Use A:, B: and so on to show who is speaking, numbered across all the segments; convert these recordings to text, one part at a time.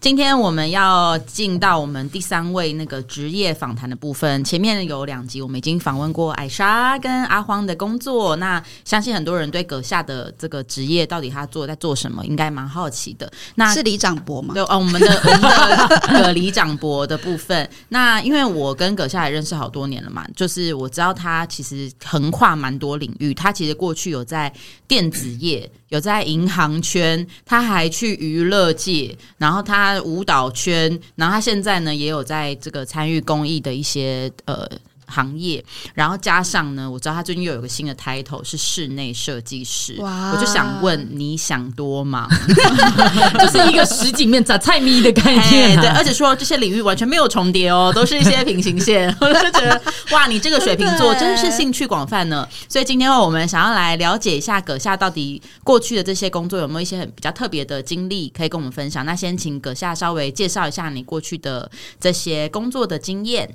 A: 今天我们要进到我们第三位那个职业访谈的部分。前面有两集我们已经访问过艾莎跟阿荒的工作，那相信很多人对阁下的这个职业到底他做在做什么，应该蛮好奇的。那
B: 是李长博吗？
A: 对哦，我们的我们的葛里长博的部分，那因为我跟葛夏也认识好多年了嘛，就是我知道他其实横跨蛮多领域，他其实过去有在电子业，有在银行圈，他还去娱乐界，然后他舞蹈圈，然后他现在呢也有在这个参与公益的一些呃。行业，然后加上呢，我知道他最近又有个新的 title 是室内设计师，
B: 哇
A: 我就想问，你想多吗？
C: 就是一个实景面杂菜咪的概
A: 哎
C: 念、啊。
A: 对，而且说这些领域完全没有重叠 哦，都是一些平行线。 我就觉得，哇，你这个水瓶座
B: 真
A: 真
B: 的
A: 是兴趣广泛呢。所以今天我们想要来了解一下葛夏到底过去的这些工作有没有一些很比较特别的经历可以跟我们分享。那先请葛夏稍微介绍一下你过去的这些工作的经验。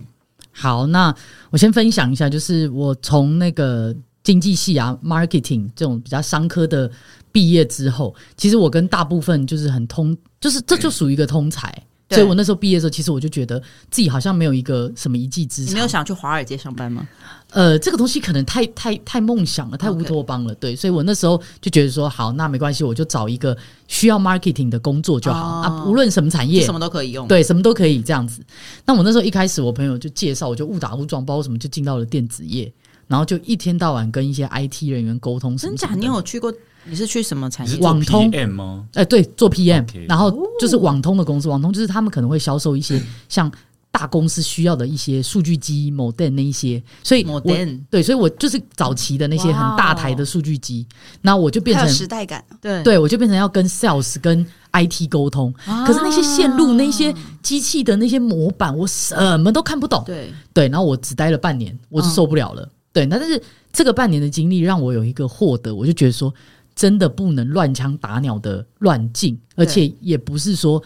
C: 好，那我先分享一下，就是我从那个经济系啊、marketing 这种比较商科的毕业之后，其实我跟大部分就是很通，就是这就属于一个通才。
A: 对
C: 所以我那时候毕业的时候，其实我就觉得自己好像没有一个什么一技之
A: 你
C: 长，
A: 没有想去华尔街上班吗？
C: 呃，这个东西可能太太太梦想了，太
A: OK
C: 乌托邦了对，所以我那时候就觉得说，好，那没关系，我就找一个需要 marketing 的工作就好、
A: 哦
C: 啊，无论什么产
A: 就
C: 业
A: 什，么都可以用。
C: 对，什么都可以这样子。那我那时候一开始，我朋友就介绍，我就误打误撞，不知道为什么就进到了电子业，然后就一天到晚跟一些 IT 人员沟通什
A: 真
C: 么什
A: 假？
C: 么的
A: 你有去过？你是去什么产
D: 你是
A: 业？
D: 做
C: 网通
D: PM 吗？
C: 哎、对，做 PM，、
D: OK
C: 然后就是
A: 哦
C: 网通的公司，网通就是他们可能会销售一些像大公司需要的一些数据机、某电那一些，所以我
A: Modem
C: 对，所以我就是早期的那些很大台的数据机，那我就变
B: 还有时
C: 成
B: 代感，
A: 对，
C: 对我就变成要跟 sales 跟 IT 沟通，可是那些线路、
A: 啊
C: 那些机器的那些模板，我什么都看不懂。
A: 对，
C: 对，然后我只待了半年，我
A: 嗯
C: 是受不了了。对，那但是这个半年的经历让我有一个获得，我就觉得说，真的不能乱枪打鸟的乱进，而且也不是说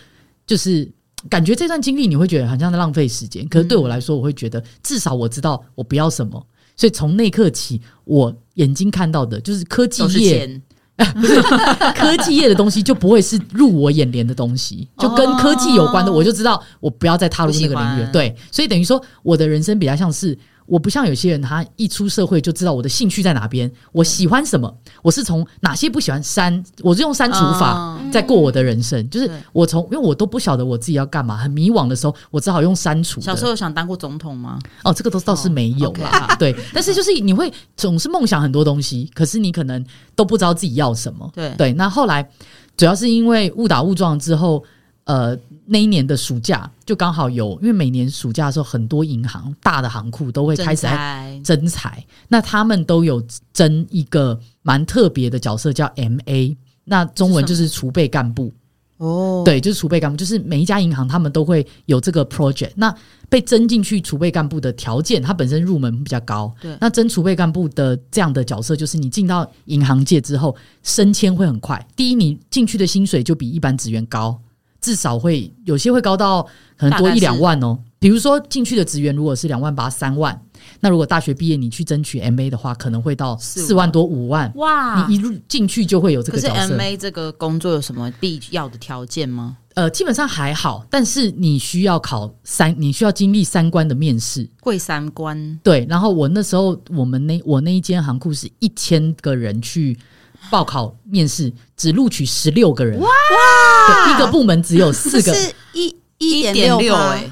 C: 就是。感觉这段经历你会觉得很像在浪费时间，可是
A: 嗯
C: 对我来说，我会觉得至少我知道我不要什么，所以从那一刻起，我眼睛看到的就是科技
A: 都是
C: 业，
A: 钱。
C: 科技业的东西就不会是入我眼帘的东西，就跟科技有关的，
A: 哦
C: 我就知道我不要再踏入那个
A: 不喜
C: 领域
A: 欢
C: 了。对，所以等于说我的人生比较像是。我不像有些人，他一出社会就知道我的兴趣在哪边，我喜欢什么，我是从哪些不喜欢删，我是用删除法
A: 嗯
C: 在过我的人生。就是
A: 对
C: 我从，因为我都不晓得我自己要干嘛，很迷惘的时候，我只好用删除的。
A: 小时候哦有想当过总统吗？
C: 哦，这个都倒是没有啦，对。但是就是你会总是梦想很多东西，可是你可能都不知道自己要什么。
A: 对
C: 对，那后来主要是因为误打误撞之后，呃，那一年的暑假就刚好有，因为每年暑假的时候，很多银行大的行库都会开始
A: 征
C: 在
A: 才
C: 征才，那他们都有征一个蛮特别的角色叫 MA，那中文就是储备干部。
A: 哦，
C: 对，就是储备干部，就是每一家银行他们都会有这个 project。那被征进去储备干部的条件，它本身入门比较高。
A: 对
C: 那征储备干部的这样的角色，就是你进到银行界之后，升迁会很快。第一，你进去的薪水就比一般职员高，至少会有些会高到可能多
A: 大概
C: 一
A: 是
C: 两万哦。比如说进去的职员如果是两万八、三万，那如果大学毕业你去争取 MA 的话，可能会到
A: 四
C: 四万多、五万。
A: 哇
C: 你一入进去就会有这
A: 可
C: 个
A: 是
C: 角色。
A: M A 这个工作有什么必要的条件吗？
C: 呃，基本上还好，但是你需要考三，你需要经历三关的面试。
A: 贵三观
C: 对，然后我那时候我们那我那一间行库是一千个人去报考面试，只录取十六个人。哇！对，一个部门只有四 个，
B: 是一一
A: 一
B: 点
A: 点
B: 六
A: 六
B: 吗
A: 哎，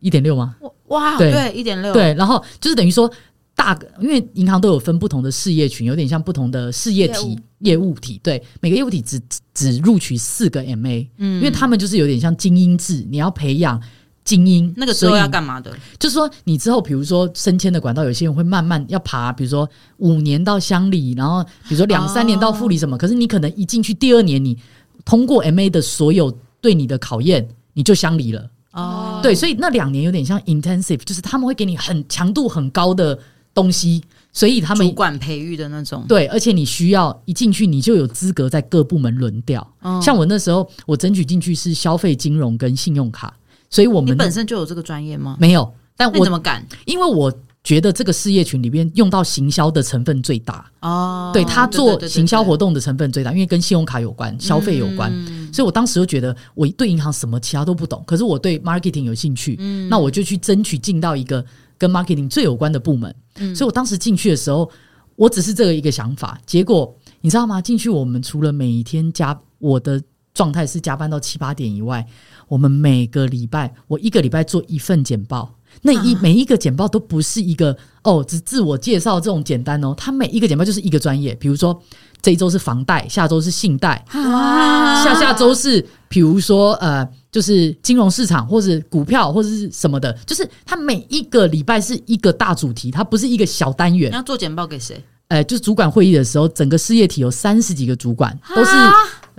C: 一点六吗？
A: 哇，
C: 对
A: 对，一点六，
C: 对，然后就是等于说大，因为银行都有分不同的事业群，有点像不同的事业体、业务体。对，每个业务体只只只录取四个 MA，
A: 嗯
C: 因为他们就是有点像精英制，你要培养精英。
A: 那个之
C: 所
A: 后
C: 以
A: 要干嘛的？
C: 就是说，你之后比如说升迁的管道，有些人会慢慢要爬，比如说五年到乡里，然后比如说两三年到副理什么。可是你可能一进去第二年，你通过 MA 的所有对你的考验，你就乡里了。
A: 哦，
C: 对，所以那两年有点像 intensive，就是他们会给你很强度很高的东西，所以他
A: 主
C: 们
A: 管培育的那种，
C: 对，而且你需要一进去，你就有资格在各部门轮调。
A: 嗯
C: 像我那时候，我争取进去是消费金融跟信用卡，所以我
A: 你
C: 们
A: 本身就有这个专业吗？
C: 没有，但
A: 那你
C: 我
A: 怎么敢？
C: 因为我觉得这个事业群里边用到行销的成分最大，
A: 哦，
C: 对他做行销活
A: 动
C: 动的成分最大，因为跟信用卡有关，消费有关。
A: 嗯
C: 所以我当时就觉得我对银行什么其他都不懂，可是我对 marketing 有兴趣，
A: 嗯
C: 那我就去争取进到一个跟 marketing 最有关的部门。所以我当时进去的时候，我只是这个一个想法，结果你知道吗？进去我们除了每天加我的状态是加班到七八点以外，我们每个礼拜我一个礼拜做一份简报。那一每一个简报都不是一个哦，只自我介绍这种简单哦，它每一个简报就是一个专业，比如说这一周是房贷，下周是信贷，
A: 啊
C: 下下周是，比如说呃，就是金融市场或者股票或者是什么的，就是它每一个礼拜是一个大主题，它不是一个小单元
A: 你。要做简报给谁？
C: 呃，就是主管会议的时候，整个事业体有三十几个主管，都是呃
A: 啊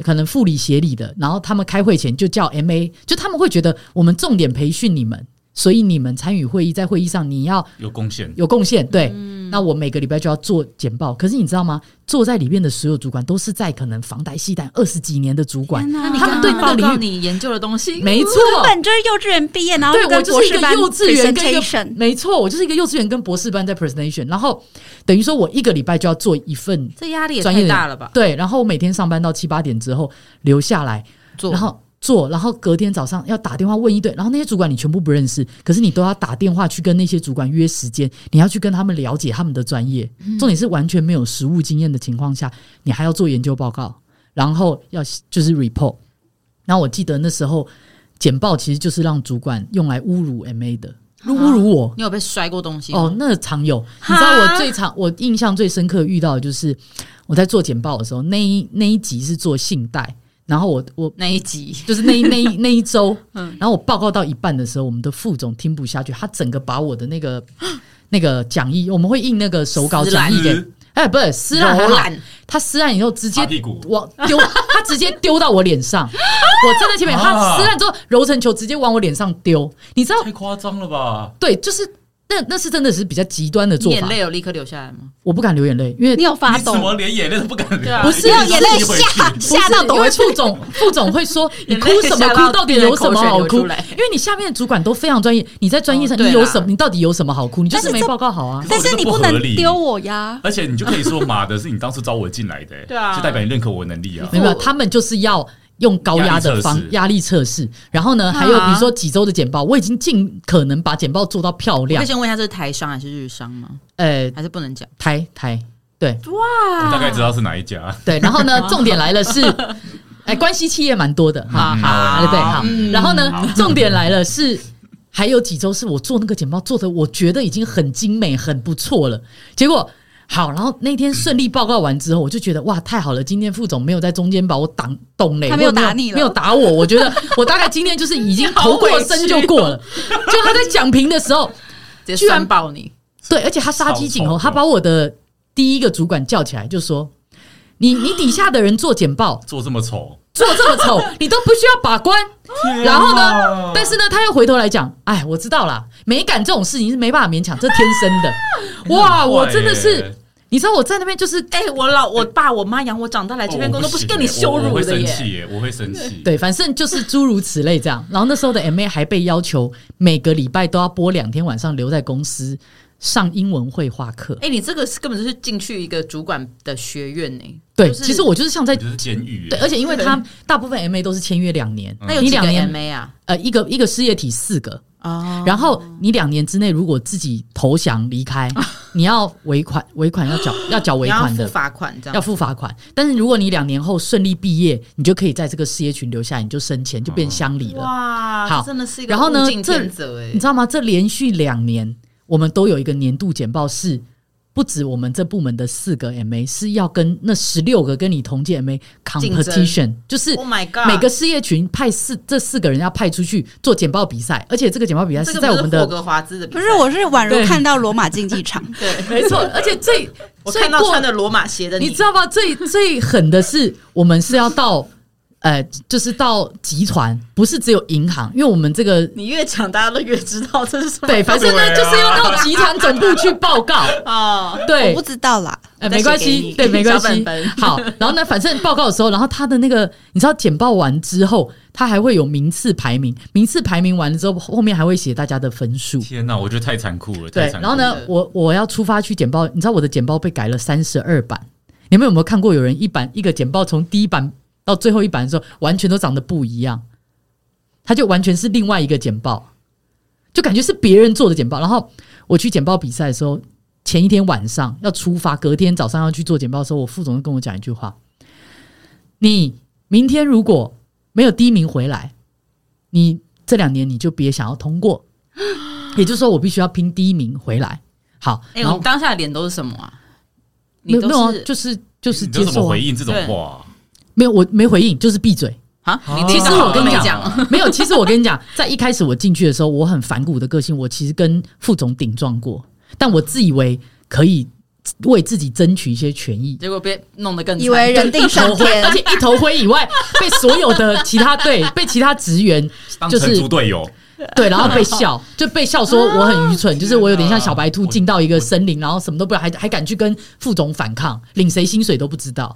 C: 可能副理、协理的，然后他们开会前就叫 M A，就他们会觉得我们重点培训你们，所以你们参与会议，在会议上你要
D: 有贡献，
C: 有贡献，对。那我每个礼拜就要做简报，可是你知道吗？坐在里面的所有主管都是在可能房贷、系贷二十几年的主管，
B: 天哪
A: 那你
C: 他们对
A: 刚刚
C: 暴力
A: 报告
C: 运
A: 你研究的东西，
C: 没错，
B: 根本就是幼稚园毕业，然后
C: 对我
B: 跟
C: 就
B: 博
C: 是一
B: 士
C: 个
B: 班
C: 幼稚园跟一个
B: presentation，
C: 没错，我就是一个幼稚园跟博士班在 presentation，然后等于说我一个礼拜就要做一份
A: 这压力也
C: 专业
A: 太
C: 的
A: 大了吧？
C: 对，然后我每天上班到七八点之后留下来，
A: 做，
C: 然后做，然后隔天早上要打电话问一堆，然后那些主管你全部不认识，可是你都要打电话去跟那些主管约时间，你要去跟他们了解他们的专业。重点是完全没有实务经验的情况下，你还要做研究报告，然后要就是 report。然后我记得那时候简报其实就是让主管用来侮辱 MA 的，侮辱我。
A: 你有被摔过东西吗？
C: 哦，那常有，你知道我最常我印象最深刻遇到的就是我在做简报的时候，那一那一集是做信贷，然后我我
A: 那一集
C: 就是那一那一那一 周，
A: 嗯
C: 然后我报告到一半的时候，我们的副总听不下去，他整个把我的那个那个讲义，我们会印那个手稿
A: 撕
C: 讲
A: 烂
C: 义给
D: 撕，
C: 哎，不是撕 烂还
A: 揉
C: 好，
A: 烂，
C: 他撕烂以后直接
D: 擦屁股
C: 往丢，他直接丢到我脸上，我站在前面，他
D: 啊
C: 撕烂之后揉成球，直接往我脸上丢，你知道？
D: 太夸张了吧？
C: 对，就是那那是真的是比较极端的
A: 你
C: 做
A: 眼
C: 法，
A: 泪有立刻流下来吗？
C: 我不敢流眼泪，因为
B: 你有发
D: 你怎么
B: 抖？
D: 连眼泪都不敢
A: 对
D: 流？
A: 啊
C: 不是
B: 你有眼泪
D: 你自己
B: 吓
D: 回去
B: 吓到抖
C: 因
B: 回
C: 为副总 副总会说你
A: 眼
C: 哭
A: 泪
C: 什么
A: 吓
C: 哭，
A: 到
C: 到底有什么好
A: 变成口水
C: 哭？
A: 流
C: 因
A: 出来
C: 为你下面的主管都非常专业，你在专业上
A: 哦对
C: 你
A: 啦
C: 有什么？你到底有什么好哭？你就
B: 但
C: 是
B: 是
C: 没
B: 这
C: 报告好啊。
B: 但是你不能丢我呀！
D: 而且你就可以说，妈的，是你当初招我进来的、欸
A: 对啊
D: 就代表你认可我能力啊。
C: 没有没有，他们就是要用高压的方压
D: 压
C: 力测试，然后呢，还有
A: 啊
C: 比如说几周的简报，我已经尽可能把简报做到漂
A: 我可
C: 亮
A: 以。先问一下，这是台商还是日商吗？
C: 呃，
A: 还是不能讲？
C: 台台对
D: 我大概知道是哪一家。
C: 对，然后 呢，重点来了是，哎，关系企业蛮多的哈，
D: 嗯
C: 对不对？
B: 啊
C: 好，
A: 嗯
C: 然后呢
D: 好，
C: 重点来了是。还有几周是我做那个简报做的，我觉得已经很精美、很不错了。结果好，然后那天顺利报告完之后，我就觉得哇，太好了！今天副总没有在中间把我挡懂嘞，
B: 他没有
C: 我
B: 打你了
C: 没有打我。我觉得 我大概今天就是 已经头过身就过了。就他在讲评的时候，
A: 直
C: 居
A: 接
C: 然
A: 酸爆你！
C: 对，而且他杀鸡儆
D: 超丑
C: 猴，
D: 的
C: 他把我的第一个主管叫起来就说：“你你底下的人做简报
D: 做这么丑，
C: 做这么 丑，你都不需要把关。”啊然后
A: 嗯
C: 呢，但
D: 是
C: 是呢，他又回头来讲，哎，我知道啦，美感这种事情是没办法勉强，这天生 的。哇，啊我真的
D: 哎
C: 是，你知道我在那边就是
A: 哎，我老我爸我妈养我长大来这边工作，不是跟你羞
D: 哦我
A: 辱
D: 会
A: 的
C: 哦
D: 生
A: 耶！
D: 气耶，我会生气。
C: 对，反正就是诸如此类这样。然后那时候的 M A 还被要求每个礼拜都要播两天晚上留在公司上英文绘画课。
A: 哎，你这个是根本就是进去一个主管的学院呢。
C: 对，
A: 就是
C: 其实我就是像在
D: 你就是监狱耶。
C: 对，而且因为他大部分 M A 都是签约两年，
A: 那有
C: 嗯你
A: 几个
C: 两年
A: MA 啊？
C: 呃一个一个事业体四个，
A: 哦，
C: 然后你两年之内如果自己投降离开， 你要尾款，尾款要缴要缴尾
A: 你要
C: 款
A: 付
C: 的，
A: 罚款这
C: 要
A: 样。
C: 付罚款。但是如果你两年后顺利毕业，你就可以在这个事业群留下来，你就升迁，就变乡里了。
A: 哇，
C: 好
A: 这真的是一个
C: 然后呢
A: 物竞
C: 这
A: 天择哎
C: 你知道吗？这连续两年，我们都有一个年度简报是。不止我们这部门的四个 MA 是要跟那十六个跟你同届 MA
A: 竞争
C: competition，就是
A: ！Oh my god！
C: 每个事业群派四这四个人要派出去做简报比赛，而且这个简报比赛
A: 这
C: 是
A: 个
C: 在
A: 不
C: 我
A: 是
C: 们
A: 霍
C: 的
A: 格华兹的比
B: 不
A: 赛，
B: 是，我是宛
C: 对
B: 如看到罗马竞技 场，
A: 对，
C: 没错，而且最
A: 我
C: 最
A: 看到
C: 过
A: 穿着罗马鞋的
C: 你知道吗？最最狠的是，我们是要到呃，就是到集团，不是只有银行，因为我们这个
A: 你越讲，大家都越知道这是什么。
C: 对，反正呢、
D: 对啊
C: 就是要到集团总部去报告。
A: 哦，
C: 对
B: 我不，知道啦。
C: 呃，没关
A: 再写给
C: 系
A: 你，
C: 对，没关
A: 小本
C: 系
A: 本。
C: 好，然后呢，反正报告的时候，然后他的那个，你知道简报完之后，他还会有名次排名，名次排名完了之后，后面还会写大家的分数。
D: 天哪，我觉得太残酷了。
C: 对
D: 太，残酷
C: 然后呢
A: 了，
C: 我我要出发去简报，你知道我的简报被改了三十二版，你们有没有看过有人一版一个简报从第一版到最后一版的时候，完全都长得不一样，他就完全是另外一个简报，就感觉是别人做的简报。然后我去简报比赛的时候，前一天晚上要出发，隔天早上要去做简报的时候，我副总就跟我讲一句话：你明天如果没有第一名回来，你这两年你就别想要 通过。也就是说，我必须要拼第一名回来。好，
A: 哎、
C: 然
A: 我
C: 后
A: 们当下的脸都是什么啊？你
C: 没有没有
A: 都
C: 啊
A: 是，
C: 就是就是
D: 你都
C: 接
D: 怎么
C: 受啊
D: 回，应这种
A: 对
D: 话？
C: 没有我没回应，就是闭嘴。
A: 啊，你
C: 其
A: 连
C: 实
A: 讲
C: 我跟
A: 都
C: 你
A: 没
C: 讲
A: 讲，
C: 没有，其实我跟你讲， 在一开始我进去的时候，我很反骨的个性，我其实跟副总顶撞过，但我自以为可以为自己争取一些权益。
A: 结果被弄得更惨
B: 以为人定胜
C: 头灰，
B: 天
C: 而且一头灰以外，被所有的其他队、被其他职员
D: 当
C: 就
D: 成
C: 是
D: 猪队友，
C: 对，然后被笑， 就被笑说我很愚
D: 啊
C: 蠢，就是我有点像小白兔
D: 我
C: 进到一个森林，然后什么都不知道，还还敢去跟副总反抗，领谁薪水都不知道。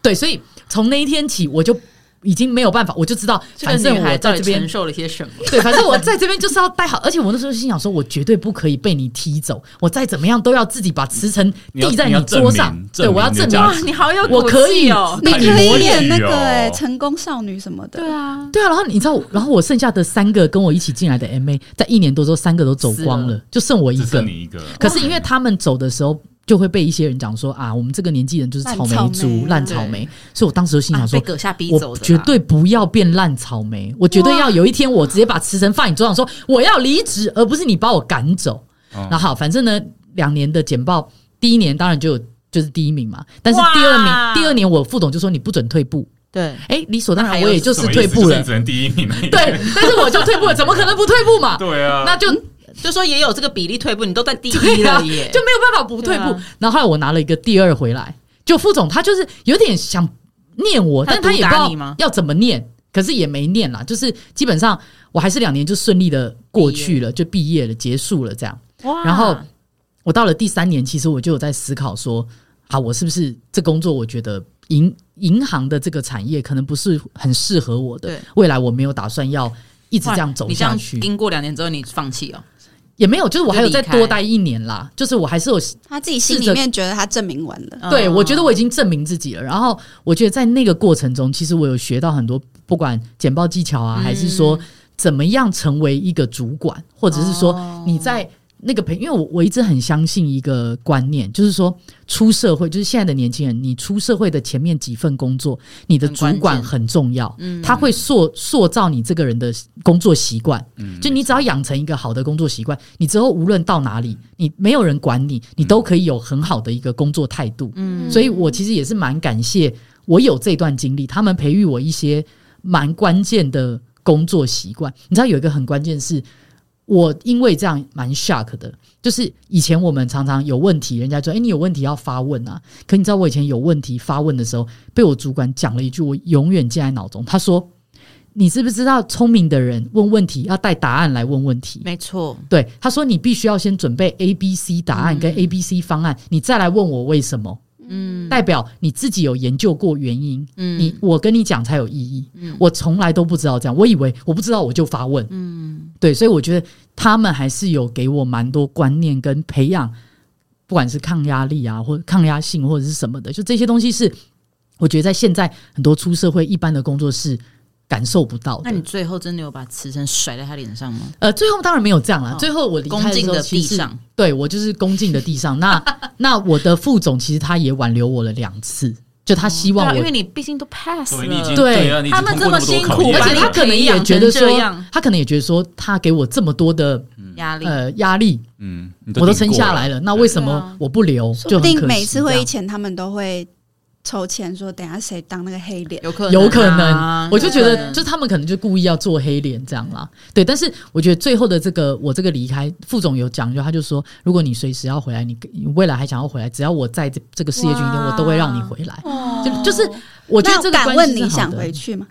C: 对，所以从那一天起，我就已经没有办法，我就知道，
A: 这个
C: 反正
A: 女
C: 我
A: 孩到
C: 在
A: 底
C: 这
A: 承
C: 边，
A: 受了些什么？
C: 对，反正我在这边就是要待好。而且我那时候心想说，我绝对不可以被你踢走，我再怎么样都要自己把辞呈
D: 你要
C: 递在
D: 你要证
C: 桌上
D: 明，
C: 对我要
D: 证明
C: 证
D: 你的价
C: 明
A: 哇
D: 值，
A: 啊你好有
C: 我
A: 骨
C: 可以
A: 气哦！
B: 你
D: 看你
B: 可以
D: 模拟
B: 演那个
D: 哦
B: 哎、成功少女什么的。对啊，
C: 对啊，然后你知道，然后我剩下的三个跟我一起进来的 M A，在一年多之后，三个都走光
A: 死
C: 了，就剩我一
D: 只
C: 个
D: 剩。啊你一个。
C: 可是因为他们走的时候，就会被一些人讲说啊，我们这个年纪人就是草莓族、烂
B: 烂
A: 草莓啊
C: 草莓。所以我当时就心
A: 啊
C: 想
A: 被
C: 说，
A: 阁下逼走
C: 我
A: 的啦，
C: 绝对不要变烂草莓，我绝对要有一天我直接把辞呈放你桌上，说我要离职，而不是你把我赶走。
D: 嗯
C: 那好，反正呢，两年的简报，第一年当然就有就是第一名嘛，但是第二
A: 哇
C: 名，第二年我副总就说你不准退步，
A: 对。
C: 哎，理所当
A: 那
C: 然
A: 还
C: 我
A: 有
C: 也就
D: 什
C: 是
D: 么意思
C: 退步
D: 就是
C: 了
D: 你，只能第一名。
C: 对，但是我就退步了，怎么可能不退步嘛？
D: 对啊，
C: 那就
A: 就说也有这个比例退步，你都在第
C: 对啊
A: 一
C: 呀，
A: 了耶，
C: 就没有办法不退步。
A: 对啊
C: 然后后来我拿了一个第二回来，就副总他就是有点想念我，
A: 他
C: 但他也
A: 毒
C: 不知
A: 打
C: 道
A: 你吗
C: 要怎么念，可是也没念啦。就是基本上我还是两年就顺利的过去了，就毕业了，结束了这样。
A: 哇
C: 然后我到了第三年，其实我就有在思考说，好，我是不是这工作？我觉得银银行的这个产业可能不是很适合我的
A: 对，
C: 未来我没有打算要一直这样走
A: 你这
C: 下
A: 样
C: 去，
A: 盯过两年之后，你放弃哦，
C: 也没有，就是我还有
A: 就
C: 再
A: 离开
C: 多待一年啦，就是我还是有
B: 他自己心
C: 试着
B: 里面觉得他证明完了。
A: 嗯
C: 对，我觉得我已经证明自己了。然后我觉得在那个过程中，其实我有学到很多，不管简报技巧
A: 嗯
C: 啊，还是说怎么样成为一个主管，或者是说
A: 哦
C: 你在那个培，因为我我一直很相信一个观念，就是说出社会，就是现在的年轻人，你出社会的前面几份工作，你的
A: 很
C: 主
A: 关
C: 管
A: 键
C: 很重要，
A: 嗯
C: 他会塑塑造你这个人的工作习惯。
D: 嗯
C: 就你只要养成一个好的工作习惯，你之后无论到哪里，你没有人管你，你都可以有很好的一个工作态度。
A: 嗯
C: 所以我其实也是蛮感谢我有这段经历，他们培育我一些蛮关键的工作习惯。你知道有一个很关键是，我因为这样蛮 shock 的，就是以前我们常常有问题，人家说：“哎、你有问题要发问啊。”可你知道我以前有问题发问的时候，被我主管讲了一句，我永远记在脑中。他说：“你知不知道聪明的人问问题要啊带答案来问问题？”
A: 没错，
C: 对，他说你必须要先准备 A、B、C 答案跟 A、B、C 方案，你再来问我为什么。
A: 嗯
C: 代表你自己有研究过原因，
A: 嗯
C: 你我跟你讲才有意义。
A: 嗯
C: 我从来都不知道这样，我以为我不知道我就发问。
A: 嗯
C: 对，所以我觉得他们还是有给我蛮多观念跟培养，不管是抗压力啊，或者抗压性或者是什么的，就这些东西是我觉得在现在很多出社会一般的工作是感受不到
A: 那
C: 的
A: 你。最后真的有把辞呈甩在他脸上吗？
C: 呃，最后当然没有这样了。
A: 哦
C: 最后我离
A: 恭
C: 开
A: 敬
C: 时候
A: 的
C: 其
A: 地
C: 实
A: 上，
C: 对我就是恭敬的地上。那那我的副总其实他也挽留我了两次，就他希望
A: 对啊
C: 我
A: 因为你毕竟都 pass
D: 所以你已
A: 了
D: 经，
C: 对
D: 啊，你已经
A: 他们
D: 通
A: 这么
D: 过那
A: 辛
D: 多
A: 苦
D: 考验
A: 把
C: 而且
A: 你
C: 他
D: 了
C: 可能也觉得说
A: 培养成这样，
C: 他可能也觉得说，他给我这么多的
A: 压力
C: 呃压力，
D: 嗯，你
C: 我都
D: 顶
C: 撑
D: 过
C: 下来了，那为什
A: 对
C: 么
A: 啊
C: 我不留？
B: 说
C: 就
B: 不
C: 很
B: 定
C: 可惜
B: 每次会
C: 这
B: 议
C: 样
B: 前他们都会筹钱说等一下谁当那个黑脸，
A: 有可能、啊
C: 有可
A: 能
C: 能，我就觉
A: 有可
C: 得
A: 能
C: 就是他们可能就故意要做黑脸这样啦。对，但是我觉得最后的这个我这个离开，副总有讲，就他就说，如果你随时要回来，你你未来还想要回来，只要我在这这个事业群里面，
A: 哇
C: 我都会让你回来。
B: 哦
C: 就就是我觉得这个
B: 敢
C: 关
B: 问
C: 系是
B: 你
C: 好
B: 想
C: 的
B: 回去吗？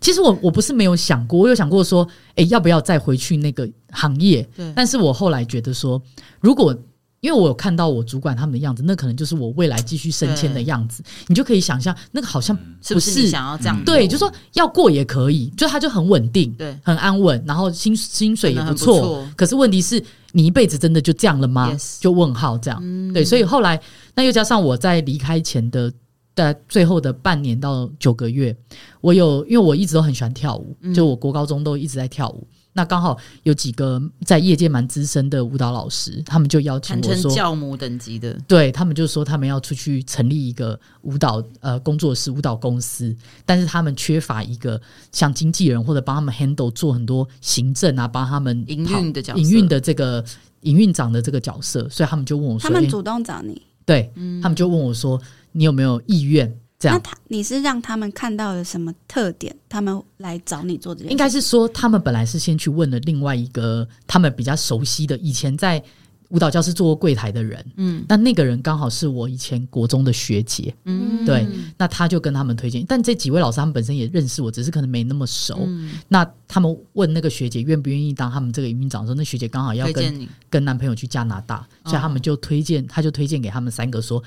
C: 其实我我不是没有想过，我有想过说，诶，要不要再回去那个行业？
A: 对
C: 但是我后来觉得说，如果因为我有看到我主管他们的样子，那可能就是我未来继续升迁的
A: 对
C: 样子，你就可以想象，那个好像
A: 是不
C: 不
A: 是
C: 是
A: 你想要这样？
D: 嗯
C: 对，就说要过也可以，就他就很稳定，
A: 对，
C: 很安稳，然后薪薪水也
A: 可能
C: 不
A: 很
C: 错。
A: 错
C: 可是问题是你一辈子真的就这样了吗
A: Yes
C: 就问号这样。
A: 嗯
C: 对，所以后来那又加上我在离开前的的最后的半年到九个月，我有因为我一直都很喜欢跳舞，
A: 嗯
C: 就我国高中都一直在跳舞。那刚好有几个在业界蛮资深的舞蹈老师，他们就邀请
A: 堪
C: 我
A: 称
C: 说，
A: 教母等级的，
C: 对他们就说他们要出去成立一个舞蹈呃工作室、舞蹈公司，但是他们缺乏一个像经纪人或者帮他们 handle 做很多行政啊，帮他们
A: 营
C: 跑
A: 运的角色
C: 营运的这个营运长的这个角色，所以他们就问我
B: 他
C: 说，
B: 们
C: 诶
B: 主动找你，
C: 对、
A: 嗯
C: 他们就问我说，你有没有意愿？这
B: 那
C: 样
B: 他你是让他们看到了什么特点，他们来找你做这件事？
C: 应该是说他们本来是先去问了另外一个他们比较熟悉的，以前在舞蹈教室做过柜台的人，嗯，那那个人刚好是我以前国中的学姐，
A: 嗯，
C: 对，那他就跟他们推荐，但这几位老师他们本身也认识我，只是可能没那么熟。
A: 嗯
C: 那他们问那个学姐愿不愿意当他们这个营运长的时候，那学姐刚好要
A: 推
C: 跟
A: 荐你，哦
C: 跟男朋友去加拿大，所以他们就推荐，他就推荐给他们三个说，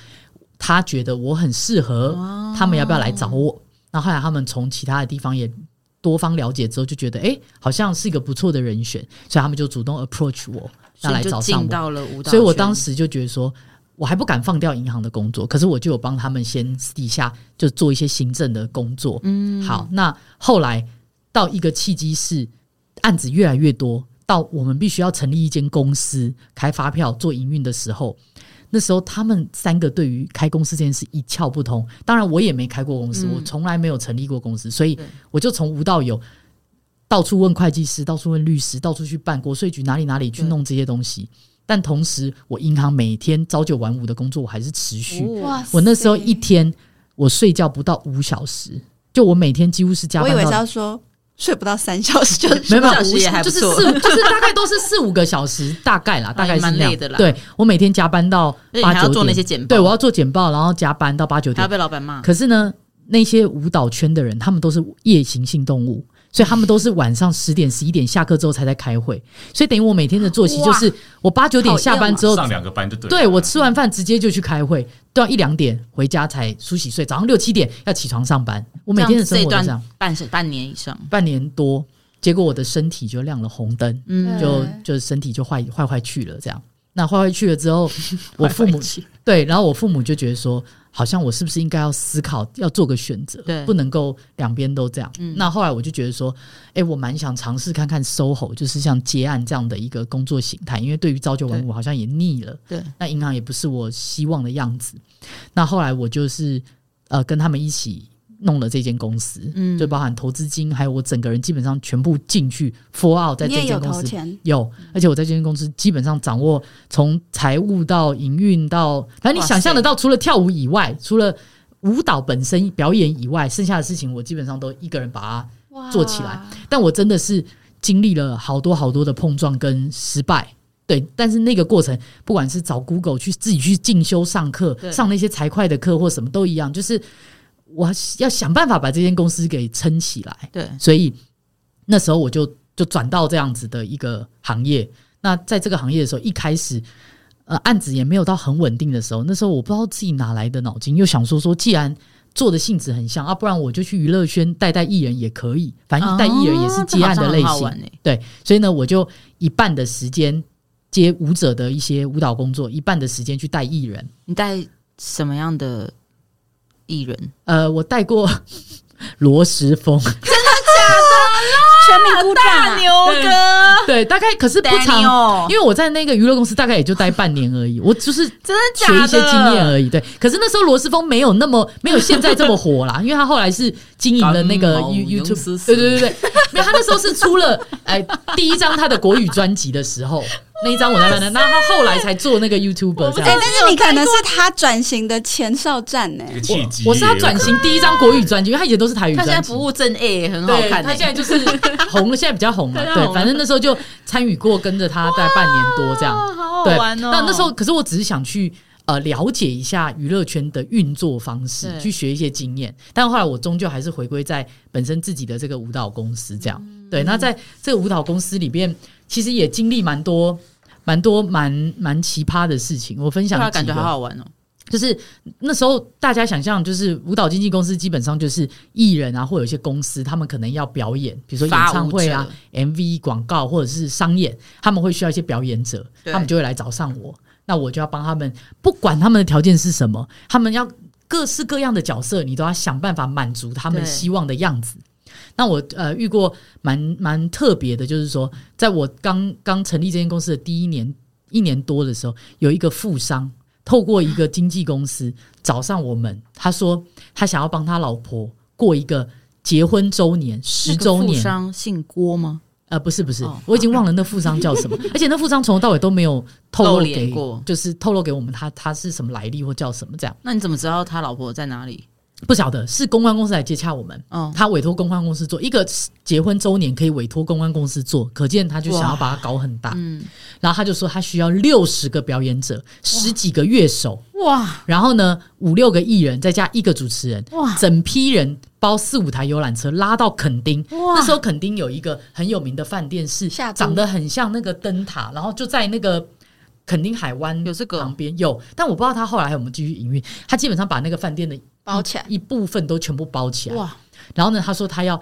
C: 他觉得我很适合，
A: 哦
C: 他们要不要来找我？然后后来他们从其他的地方也多方了解之后，就觉得哎、诶好像是一个不错的人选，所以他们就主动 approach 我，要
A: 所
C: 来
A: 以
C: 找
A: 就
C: 上
A: 进
C: 我。
A: 到了舞蹈圈，
C: 所以我当时就觉得说，我还不敢放掉银行的工作，可是我就有帮他们先私底下就做一些行政的工作。嗯，好，那后来到一个契机是案子越来越多，到我们必须要成立一间公司开发票做营运的时候。那时候他们三个对于开公司这件事一窍不通，当然我也没开过公司，
A: 嗯
C: 我从来没有成立过公司，所以
A: 对
C: 我就从无到有，到处问会计师，到处问律师，到处去办国税局哪里哪里去
A: 对
C: 弄这些东西。但同时，我银行每天朝九晚五的工作，我还是持续。
A: 哇，
B: 哇塞，
C: 我那时候一天我睡觉不到五小时，就我每天几乎是加
B: 我
C: 班
B: 以
C: 到
B: 为是要说睡不到三小时 就
C: 没有没
A: 五小
C: 有，
A: 时
C: 五
A: 也还不
C: 就是
A: 错哦
C: 四，就是大概都是四五个 小时，大概啦，大概是
A: 蛮
C: 那样
A: 累的啦
C: 对我每天加班到
A: 而且
C: 八
A: 你还
C: 九
A: 要
C: 点，
A: 做那些简报，
C: 对我要做简报，然后加班到八九
A: 还要被
C: 点。
A: 老板骂，
C: 可是呢，那些舞蹈圈的人，他们都是夜行性动物。所以他们都是晚上十点、十一点下课之后才在开会，所以等于我每天的作息就是我八九点下班之后
D: 上两个班就对了。
C: 对我吃完饭直接就去开会，到一两点回家才梳洗睡，早上六七点要起床上班。我每天的生活
A: 这
C: 都
A: 样
C: 这
A: 这
C: 样
A: 段，半是半年以上，
C: 半年多，结果我的身体就亮了红灯，
A: 嗯，
C: 就
B: 对
C: 就身体就坏坏坏去了这样。那坏坏去了之后，我父母对，然后我父母就觉得说，好像我是不是应该要思考，要做个选择，
A: 对
C: 不能够两边都这样。
A: 嗯
C: 那后来我就觉得说，哎、我蛮想尝试看看 SOHO，就是像接案这样的一个工作形态，因为对于朝九晚五好像也腻了。
A: 对，
C: 那银行也不是我希望的样子。那后来我就是呃跟他们一起弄了这间公司，
A: 嗯
C: 就包含投资金，还有我整个人基本上全部进去 for out 在
B: 你
C: 这
B: 也有
C: 间公
B: 投
C: 司
B: 钱，
C: 有，而且我在这间公司基本上掌握从财务到营运到，反正你
A: 哇
C: 想象得
A: 塞
C: 到，除了跳舞以外，除了舞蹈本身表演以外，剩下的事情我基本上都一个人把它。做起来但我真的是经历了好多好多的碰撞跟失败。对，但是那个过程，不管是找 Google 去自己去进修上课，
A: 对
C: 上那些财会的课或什么都一样，就是我要想办法把这间公司给撑起来。
A: 对，
C: 所以那时候我就就转到这样子的一个行业。那在这个行业的时候，一开始呃案子也没有到很稳定的时候，那时候我不知道自己哪来的脑筋，又想说说既然做的性质很像啊，不然我就去娱乐圈带带艺人也可以，反正带艺人也是接案的类
A: 哦这好像很好
C: 型。
A: 玩欸
C: 对，所以呢，我就一半的时间接舞者的一些舞蹈工作，一半的时间去带艺人。
A: 你带什么样的艺人？
C: 呃，我带过 罗时丰，
B: 全民估价啊，
A: 牛哥，
C: 对，大概可是不长，
A: 哦
C: 因为我在那个娱乐公司大概也就待半年 而已，我就是
A: 真的
C: 学一些经验而已。对，可是那时候罗斯峰没有那么没有现在这么火啦， 因为他后来是经营了那个
D: 刚毛
C: You
D: 勇
C: YouTube，
D: 士
C: 对对对对，没有他那时候是出了哎第一张他的国语专辑的时候，那一张我在办的，然后他后来才做那个 YouTuber 这
B: 哎、
C: 样。
B: 但是你可能是他转型的前哨站呢、
D: 一个契机。
C: 我是他转型第一张国语专辑，因为他以前都是台语
A: 他
C: 专
A: 现
C: 辑。
A: 在不务正业，很好
C: 对，
A: 看、
C: 他现在
A: 欸。
C: 就是红了，现在比较红了。
A: 对他
C: 对
A: 红，了
C: 反正那时候就参与过，跟着他在半年多这样。
A: 啊好好
C: 对，
A: 玩哦！
C: 那那时候，可是我只是想去呃了解一下娱乐圈的运作方式，
A: 对
C: 去学一些经验。但后来我终究还是回归在本身自己的这个舞蹈公司这样。
A: 嗯
C: 对，那在这个舞蹈公司里边，其实也经历蛮多。蛮多蛮蛮奇葩的事情，我分享
A: 对啊
C: 几
A: 感觉
C: 个
A: 好好玩哦。
C: 就是那时候大家想象，就是舞蹈经纪公司基本上就是艺人啊，或有一些公司，他们可能要表演，比如说演唱会啊
A: 发舞、
C: MV 广告或者是商演，他们会需要一些表演者，
A: 对
C: 他们就会来找上我，那我就要帮他们，不管他们的条件是什么，他们要各式各样的角色，你都要想办法满足他们
A: 对
C: 希望的样子。那我呃遇过蛮蛮特别的，就是说，在我刚刚成立这间公司的第一年一年多的时候，有一个富商透过一个经纪公司找上我们，他说他想要帮他老婆过一个结婚周年十周
A: 那个富
C: 年，
A: 商姓郭吗？
C: 呃，不是不是，
A: 哦
C: 我已经忘了那富商叫什么，而且那富商从头到尾都没有透
A: 露
C: 露
A: 脸
C: 给，
A: 过
C: 就是透露给我们他他是什么来历或叫什么这样，
A: 那你怎么知道他老婆在哪里？
C: 不晓得是公关公司来接洽我们。
A: 哦，
C: 他委托公关公司做一个结婚周年，可以委托公关公司做，可见他就想要
A: 哇
C: 把它搞很大。
A: 嗯，
C: 然后他就说他需要六十个表演者，十几个乐手，
A: 哇
C: 然后呢五六个艺人，再加一个主持人，
A: 哇
C: 整批人包四五台游览车拉到垦丁。那
A: 哇
C: 时候垦丁有一个很有名的饭店，是
B: 下都
C: 长得很像那个灯塔，然后就在那个垦丁海湾
A: 有这个
C: 旁
A: 哦
C: 边有，但我不知道他后来还有没有继续营运。他基本上把那个饭店的
B: 包起来。
C: 一部分都全部包起来，
A: 哇，
C: 然后呢，他说他要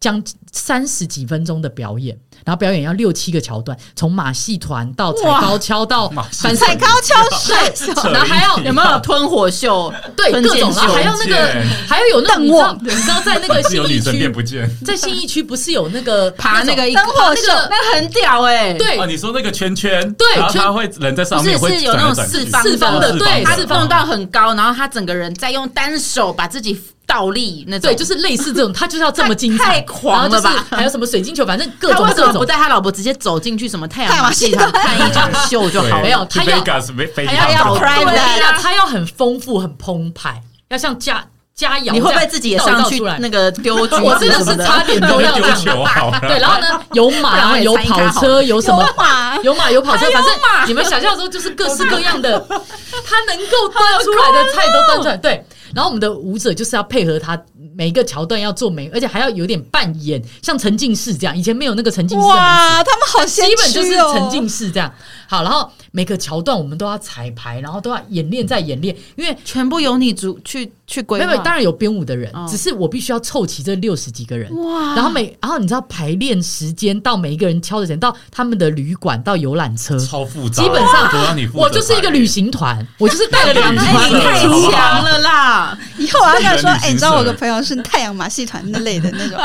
C: 将三十几分钟的表演，然后表演要六七个桥段，从马戏团到踩
A: 哇
C: 高跷到
D: 马戏
C: 反
D: 团
C: 踩高跷水，
A: 哦
C: 然后还要
A: 有没有吞火秀？
C: 对
A: 吞
C: 各种，
A: 剑
C: 然后
A: 秀
C: 还要那个
D: 剑
C: 还要有那种你知道你知道在 那个
D: 是有
C: 信
D: 女
C: 义
D: 生变
C: 区，
D: 不见
C: 在信义区不是有那个
A: 爬那
C: 种
A: 个一
B: 灯火
A: 那
B: 秀
A: 个那个很屌哎，
D: 哦，
C: 对
D: 你说那个圈圈，
C: 对
D: 然后
C: 圈
D: 他会人在上
A: 不是
D: 面会
A: 是有
D: 转
A: 那种
D: 来转去
A: 四方
C: 四方的
A: 的，
C: 对
A: 他
C: 四方的
A: 弄到很高，然后他整个人再用单手把自己倒立那种，
C: 对，就是类似这种，他就是要这么精彩，
A: 太太狂了吧
C: 然后就是还有什么水晶球，反正各
A: 他
C: 种
A: 为什
C: 各
A: 么不
C: 种。
A: 带他老婆直接走进去什么太
B: 太
A: 阳
B: 阳
A: 马
B: 马
A: 戏
B: 戏
A: 团
B: 团
A: 看一场秀就好
D: 对
A: 了
C: 没？有他要
D: Vegas 没飞机
A: 还要
D: 场
A: 搞
D: 走
A: private
C: 对呀，
A: 啊
C: 他要很丰富、很澎湃，要像佳佳肴这样。
A: 你会不会自己也
C: 倒一倒
A: 上去
C: 出来
A: 那个丢橘子
C: 我真的
A: 什
C: 是
A: 么
C: 差点都要这
D: 丢
C: 样。
D: 球好了，
C: 对，然后呢，有
A: 不然我
C: 马，
A: 也
C: 有
A: 参加
C: 跑
A: 好
C: 车，有什么？
B: 哇，
C: 有马有跑车，
A: 还有
C: 反
A: 马
C: 正你们想象的时候就是各式各样的，他能够端出来的菜都端 出来。对，然后我们的舞者就是要配合他每一个桥段要做每，而且还要有点扮演，像沉浸式这样。以前没有那个沉浸式的名词，
B: 哇，他们好先
C: 基本就是
B: 驱哦！
C: 沉浸式这样。好，然后每个桥段我们都要彩排，然后都要演练再演练，因为
A: 全部由你主去去规
C: 没有，没有
A: 划，
C: 当然有编舞的人，
A: 哦
C: 只是我必须要凑齐这六十几个人。
A: 哇
C: 然后每，然后你知道排练时间到每一个人敲的时间，到他们的旅馆，到游览车，
D: 超复杂，
C: 基本上
D: 都让你负责
C: 我就是一个旅 行团，我就是带了两团
A: 哎你太
C: 出门
A: 强了啦！
B: 以后我要跟他说，
D: 人
B: 哎、
D: 体
B: 你知道我有
D: 形
B: 个
D: 式
B: 朋友是太阳马戏团那类的那种，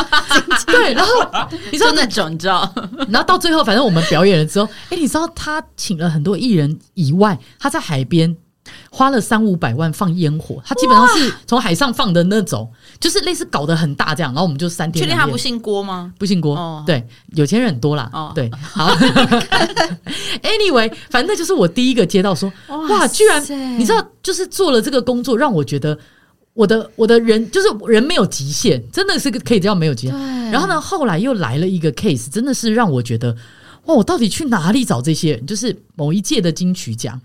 C: 对， 然后
A: 你说那种，你知道？
C: 然后到最后，反正我们表演了之后，哎，你知道他请了很多艺人以外，他在海边花了三五百万放烟火，他基本上是从海上放的那种，就是类似搞得很大这样。然后我们就三天
A: 确
C: 两夜，
A: 定他不姓郭吗？
C: 不姓郭，
A: 哦
C: 对，有钱人很多啦，
A: 哦
C: 对，好 ，anyway，反正那就是我第一个接到说，哇，居然你知道，就是做了这个工作，让我觉得我的我的人就是人没有极限，真的是个可以叫没有极限。然后呢，后来又来了一个 case，真的是让我觉得，哇，我到底去哪里找这些人？就是某一届的金曲奖，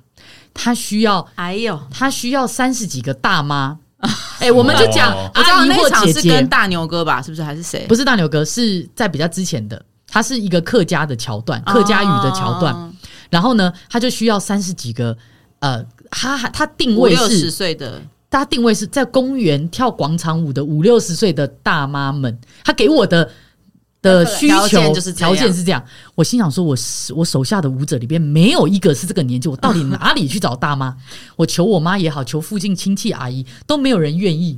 C: 他需要
A: 哎呦，
C: 他需要三十几个大妈，哎、我们就讲
D: 哦
A: 我知
C: 阿
A: 道
C: 姨
A: 那
C: 或
A: 一场
C: 姐
A: 是
C: 姐，
A: 跟大牛哥吧？是不是还是谁？
C: 不是大牛哥，是在比较之前的，它是一个客家的桥段，客家语的桥段。
A: 哦
C: 然后呢，他就需要三十几个，呃，他他定
A: 五
C: 位
A: 六十
C: 是，
A: 岁的，
C: 他定位是在公园跳广场舞的五六十岁的大妈们，他给我的。的需
A: 条
C: 求
A: 件就是这样
C: 条件是这样，我心想说我是，我手下的舞者里边没有一个是这个年纪，我到底哪里去找大妈？ 我求我妈也好，求附近亲戚阿姨都没有人愿意。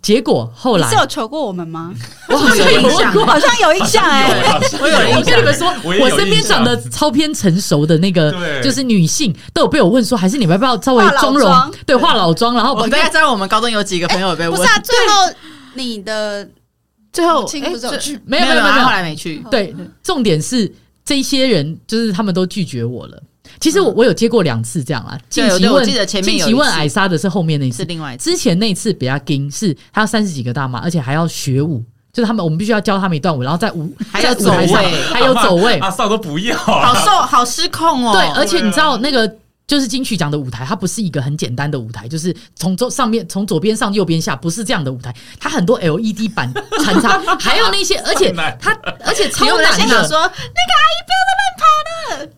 C: 结果后
B: 你
C: 来
B: 哦是有求过我们吗？
C: 我好像
A: 有
C: 有
A: 印象
C: 问过
B: 好像有印象哎、
D: 我有
C: 我跟你们说，
D: 我也有
C: 我身边长得超偏成熟的那个，
D: 对
C: 就是女性，都有被我问说，还是你们要不要稍微
B: 化老
C: 妆容
B: 妆，
C: 对，化老妆，然后
A: 我大概知道我们高中有几个朋友有被
B: 不
A: 问
C: 哎
B: 是，啊，最后你的
A: 最后
B: 母亲
A: 哎
B: 不是有
A: 最
B: 去
C: 哎没有没有没有
A: 他后来没去。
C: 对，重点是。这些人就是他们都拒绝我了。其实我、我有接过两次这样啊，近
A: 嗯对
C: 期
A: 对我
C: 问
A: 记得前面
C: 近
A: 有
C: 期
A: 一
C: 问
A: 次
C: 艾莎的是后面那一
A: 是
C: 次，
A: 另外一次。
C: 之前那一次比较惊是他要三十几个大妈，而且还要学舞，就是他们我们必须要教他们一段舞，然后在舞
A: 还
C: 在
A: 要
C: 舞台上
A: 走位
C: 还有走位，
D: 阿少都不要
A: 好
D: 啊，
A: 受，好失控哦！
C: 对，而且你知道那个。就是金曲奖的舞台，它不是一个很简单的舞台，就是从左上面从左边上右边下，不是这样的舞台，它很多 LED 板穿 插，还有那些，而且
D: 很难
C: 它而且超
A: 你有没有在
C: 难
A: 现场
C: 的，
A: 说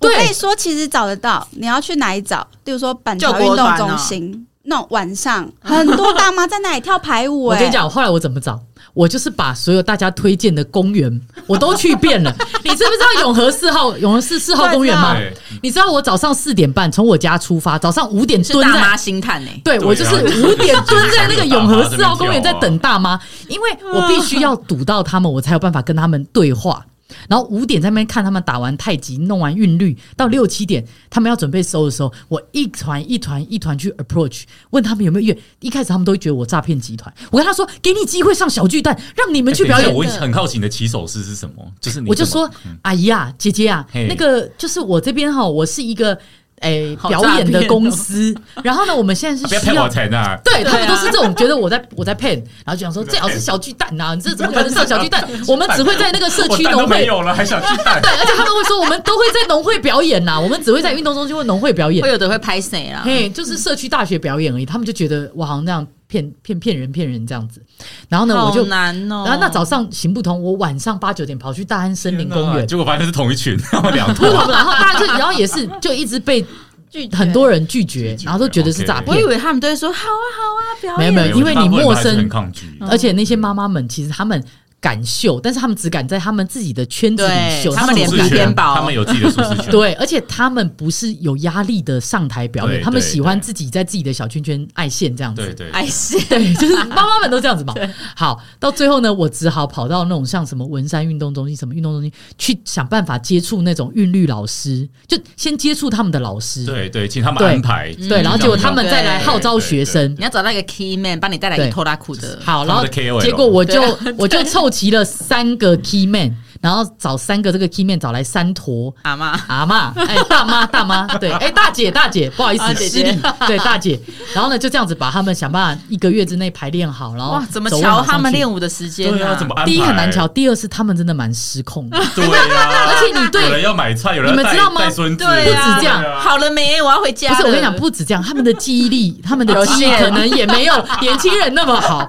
B: 我
C: 对
B: 跟你说，其实找得到，你要去哪里找？例如说板桥
A: 救
B: 运
A: 国
B: 动
A: 团
B: 中
A: 哦
B: 心，那种晚上很多大妈在那里跳排舞、
C: 我
B: 哎，
C: 跟你讲，后来我怎么找？我就是把所有大家推荐的公园我都去遍了。你知不知道永和四号、永和四四号公园吗
D: 对？
C: 你知道啊我早上四点半从我家出发，早上五点
A: 是
C: 蹲
A: 大
C: 在
A: 妈。欸心叹呢？
C: 对，
D: 对啊
C: 我就是
D: 然后
C: 五点蹲在那个永和四号公园
D: 在那边
C: 在
D: 跳啊
C: 等大 妈，因为我必须要堵到他们，我才有办法跟他们对话。然后五点在那边看他们打完太极、弄完韵律，到六七点他们要准备收的时候，我一团一团一团去 approach，问他们有没有乐。一开始他们都会觉得我诈骗集团，我跟他说给你机会上小巨蛋，让你们去
D: 哎等
C: 表
D: 一下我
C: 演。
D: 很好奇你的起手式是什么？就是你
C: 我就
D: 怎么嗯
C: 说，阿姨啊，姐姐啊，
D: 嘿
C: 那个就是我这边哈，我是一个诶、
A: 好
C: 表
A: 诈
C: 演的
A: 骗哦
C: 公司，然后呢，我们现在
D: 啊不
C: 是
D: 要
C: 需
D: 骗我
C: 要。
D: 钱啊！
C: 对他
A: 对啊
C: 们都是这种觉得我在我在骗，然后就想说最好是小巨蛋呐、啊，你这怎么可能上小巨 蛋？我们只会在那个社
D: 我
C: 区
D: 蛋都
C: 农
D: 没
C: 会，
D: 有了，还想去蛋？
C: 对，而且他们会说我们都会在农会表演啊呐、我们只会在运动中心或农会表演
A: 会，有的会拍谁啦？
C: 嘿，就是社区大学表演而已。他们就觉得我好像那样骗骗骗人骗人这样子，然后呢我
A: 好
C: 就，
A: 难哦。
C: 然后那早上行不通，我晚上八九点跑去大安 森林公园，
D: 啊结果发现是同一群， 他们两
C: 不
D: 坨。
C: 同，然后大家就，然后也是就一直被
B: 拒绝
C: 很多人拒绝
D: 拒，绝哦
C: 然后都觉得是诈
A: 我以
C: 骗。
A: 为他们都会说好啊好啊，表演
C: 没有没有因为你
D: 大部
C: 陌生嗯
D: 分人还是很抗拒。
C: 而且那些妈妈们其实她们敢秀，但是她们只敢在她们自己的圈子里
A: 对
C: 秀，
A: 她们
C: 她
A: 脸
C: 不
A: 皮
D: 舒适
C: 敢
D: 圈
A: 偏薄
D: 他们有自己的舒适圈。
C: 对，而且她们不是有压力的上台表演，
D: 对
C: 她们
D: 对
C: 喜欢
D: 对
C: 自己在自己的小圈圈爱现这样子
D: 对。对，
A: 哎是，
C: 对，就是妈妈们都这样子嘛。好，到最后呢，我只好跑到那种像什么文山运动中心、什么运动中心去想办法接触那种韵律老师，就先接触他们的老师。
D: 对对，请他们
C: 对嗯
D: 安排。
C: 对，然后结果他们再来
A: 对
C: 号召学生，
A: 你要找那个 key man 帮你带来
C: 对
A: 你拖拉裤的。
C: 好，然
D: 他
C: 后
D: 们的 KOL
C: 结果我就
A: 对啊
C: 我就凑齐了三个 key man，然后找三个这个 key man 找来三坨
A: 阿妈，
C: 阿嬷，哎大妈 大妈，对，哎大姐大姐，不好意
A: 啊
C: 思
A: 姐
C: 失
A: 姐
C: 礼，对大姐，然后呢就这样子把他们想办法一个月之内排练好，然后
A: 哇，怎么
C: 走啊位好
A: 瞧他
C: 上
A: 们
C: 去
A: 练舞的时间
D: 对啊，
A: 呢？
D: 怎么安排？
C: 第一很难瞧，。第二是他们真的蛮失控 的，
D: 对啊，
C: 而且你对
D: 有人要买菜，有人
C: 你们
D: 要带
C: 知道吗
D: 带孙子，
A: 对啊不止
C: 这样
D: 对啊
A: 好了没？我要回家
C: 不
A: 了。
C: 是我跟你讲，不止这样，他们的记忆力，他们的
A: 有
C: 记忆
A: 限
C: 可能也没有年轻人那么好，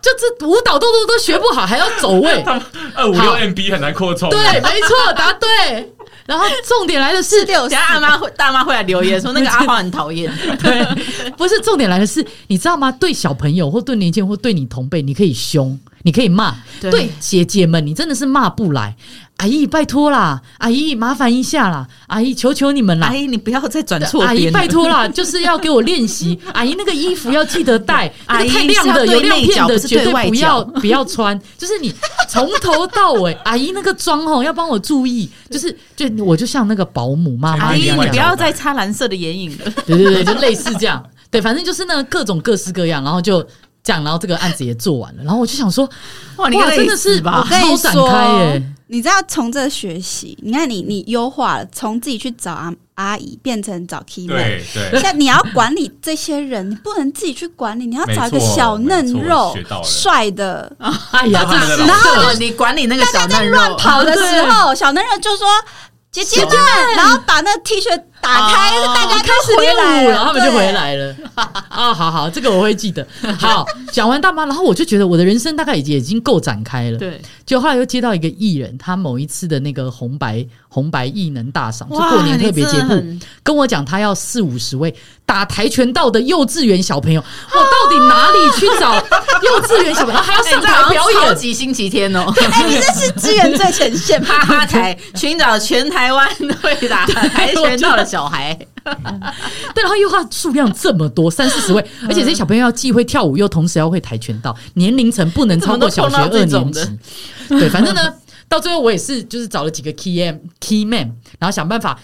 C: 就这舞蹈动作都学不好，还要走 位。
D: 二五
C: 好
D: 六 MB 很难扩充。啊
C: 对，没错，答对。然后重点来的是，
A: 等一下阿 妈会大妈会来留言说那个阿花很讨厌。
C: 对，不是重点来的是，你知道吗？对小朋友或对年轻人或对你同辈，你可以凶，你可以骂；
A: 对
C: 对姐姐们，你真的是骂不来。阿姨，拜托啦！阿姨，麻烦一下啦！阿姨，求求你们啦！
A: 阿姨，你不要再转错
C: 阿姨，
A: 边了。
C: 拜 托啦，就是要给我练习。阿姨，那个衣服要记得带，那
A: 阿
C: 个
A: 姨
C: 太亮的
A: 是要对
C: 有亮
A: 内
C: 片
A: 角
C: 的，
A: 不是
C: 绝
A: 对外
C: 对不
A: 角
C: 要不要穿。就是你从头到尾， 阿姨那个妆哦，要帮我注意。就是就我就像那个保姆妈妈
A: 阿
C: 一
A: 姨，
C: 样，
A: 你不要再擦蓝色的眼影 了。
C: 对对对，就类似这样。对，反正就是那各种各式各样，然后就这样，然后这个案子也做完了。然后我就想说，
A: 哇，你
C: 哇，
A: 累
C: 真的是
A: 死吧
B: 我？跟
C: 超
B: 你
C: 展开耶
B: 说，你知道从这学习，你看你你优化了，从自己去找阿阿姨变成找 key man，
D: 对 对，
B: 像你要管理这些人，你不能自己去管理，你要找一个
D: 没错
B: 小嫩
D: 没错
B: 肉
D: 学到了
B: 帅的。
C: 哎呀，
D: 他们
C: 这
D: 的
C: 是
D: 老师
A: 后 你管理那个小嫩肉，
B: 乱跑的时 候，小嫩肉就说。姐姐们，然后把那个 T 恤打开，
A: 哦
B: 大家
C: 啊开始
B: 就回
C: 练
B: 来
C: 舞
B: 了，
C: 了，他们就
B: 对
C: 回。来了。 啊，好好，这个我会记得。好，讲完大妈，然后我就觉得我的人生大概已经已经够展开了。，
A: 对，
C: 就后来又接到一个艺人，他某一次的那个红白红白艺能大赏，是
A: 哇，
C: 过年特别节
A: 你真
C: 目
A: 的，很
C: 跟我讲他要四五十位打跆拳道的幼稚园小朋友，我到底哪里去 找幼稚园小朋友还要上
A: 上
C: 台
A: 台哎
C: 表
A: 表
C: 演
A: 演，？超级星期天哦，
B: 哎，你这是支援最前线吧？
A: 哈哈台寻找全台湾会打跆拳道的小 孩，
C: 对，然后又他数量这么多，三四十位，
A: 嗯
C: 而且这些小朋友要既会跳舞，又同时要会跆拳道，年龄层不能超过小学
A: 怎么都碰到
C: 二
A: 这种
C: 年级。对，反正呢， 到最后我也是就是找了几个 key m key man，然后想办法。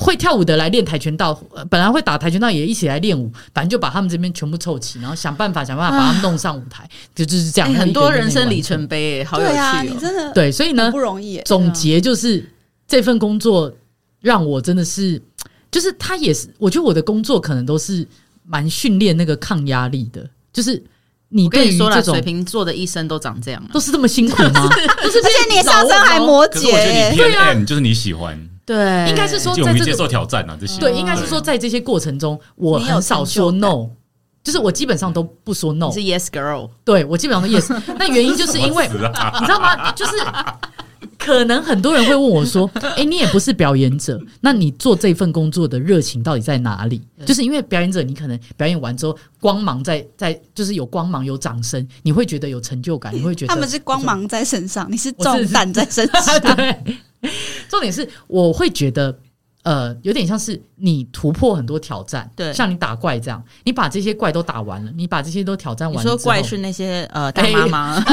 C: 会跳舞的来练跆拳道，呃本来会打跆拳道也一起来练舞，反正就把他们这边全部凑齐，然后想办法想办法把他们弄上舞台，就就是这样。
A: 哎
C: 然后
A: 很
C: 一个
A: 多
C: 一个
A: 人生
C: 练
A: 里
C: 完成
A: 程碑，好有
B: 对啊，
A: 趣
B: 你
A: 哦。
B: 真的
C: 对，所以呢
B: 不，容易耶。
C: 总结就是这份工作让我真的是，就是他也是，我觉得我的工作可能都是蛮训练那个抗压力的，就是你
A: 我跟
C: 对
A: 你
C: 于
A: 说
C: 这
A: 了，
C: 种
A: 水瓶座的一生都长这样了。啊
C: 都是这么辛苦吗？
B: 而且你上身还摩
D: 可是我觉得
B: 羯
D: 你，
C: 对啊
D: PM 就是你喜欢，
A: 对
C: 应该是说
D: 就我
C: 在
D: 们
C: 哎这
D: 接受
C: 个
D: 挑战啊，这些
C: 对，应该是说在这些过程中，我
B: 你有
C: 很少说
B: 成就
C: no，就是我基本上都不说 no，
A: 你是 Yes Girl，
C: 对我基本上都 yes。那原因就是因为
D: 我死啊
C: 你知道吗？就是可能很多人会问我说：“哎、你也不是表演者，那你做这份工作的热情到底在哪里？”就是因为表演者，你可能表演完之后，光芒在在，就是有光芒，有掌声，你会觉得有成就感，你会觉得
B: 他们是光芒在身上，你是
C: 我是
B: 重担在身上。
C: 对，重点是我会觉得，呃，有点像是你突破很多挑战，
A: 对
C: 像你打怪这样，你把这些怪都打完了，你把这些都挑战完
A: 你
C: 了
A: 说
C: 之
A: 怪
C: 后哎
A: 是那些呃大妈吗？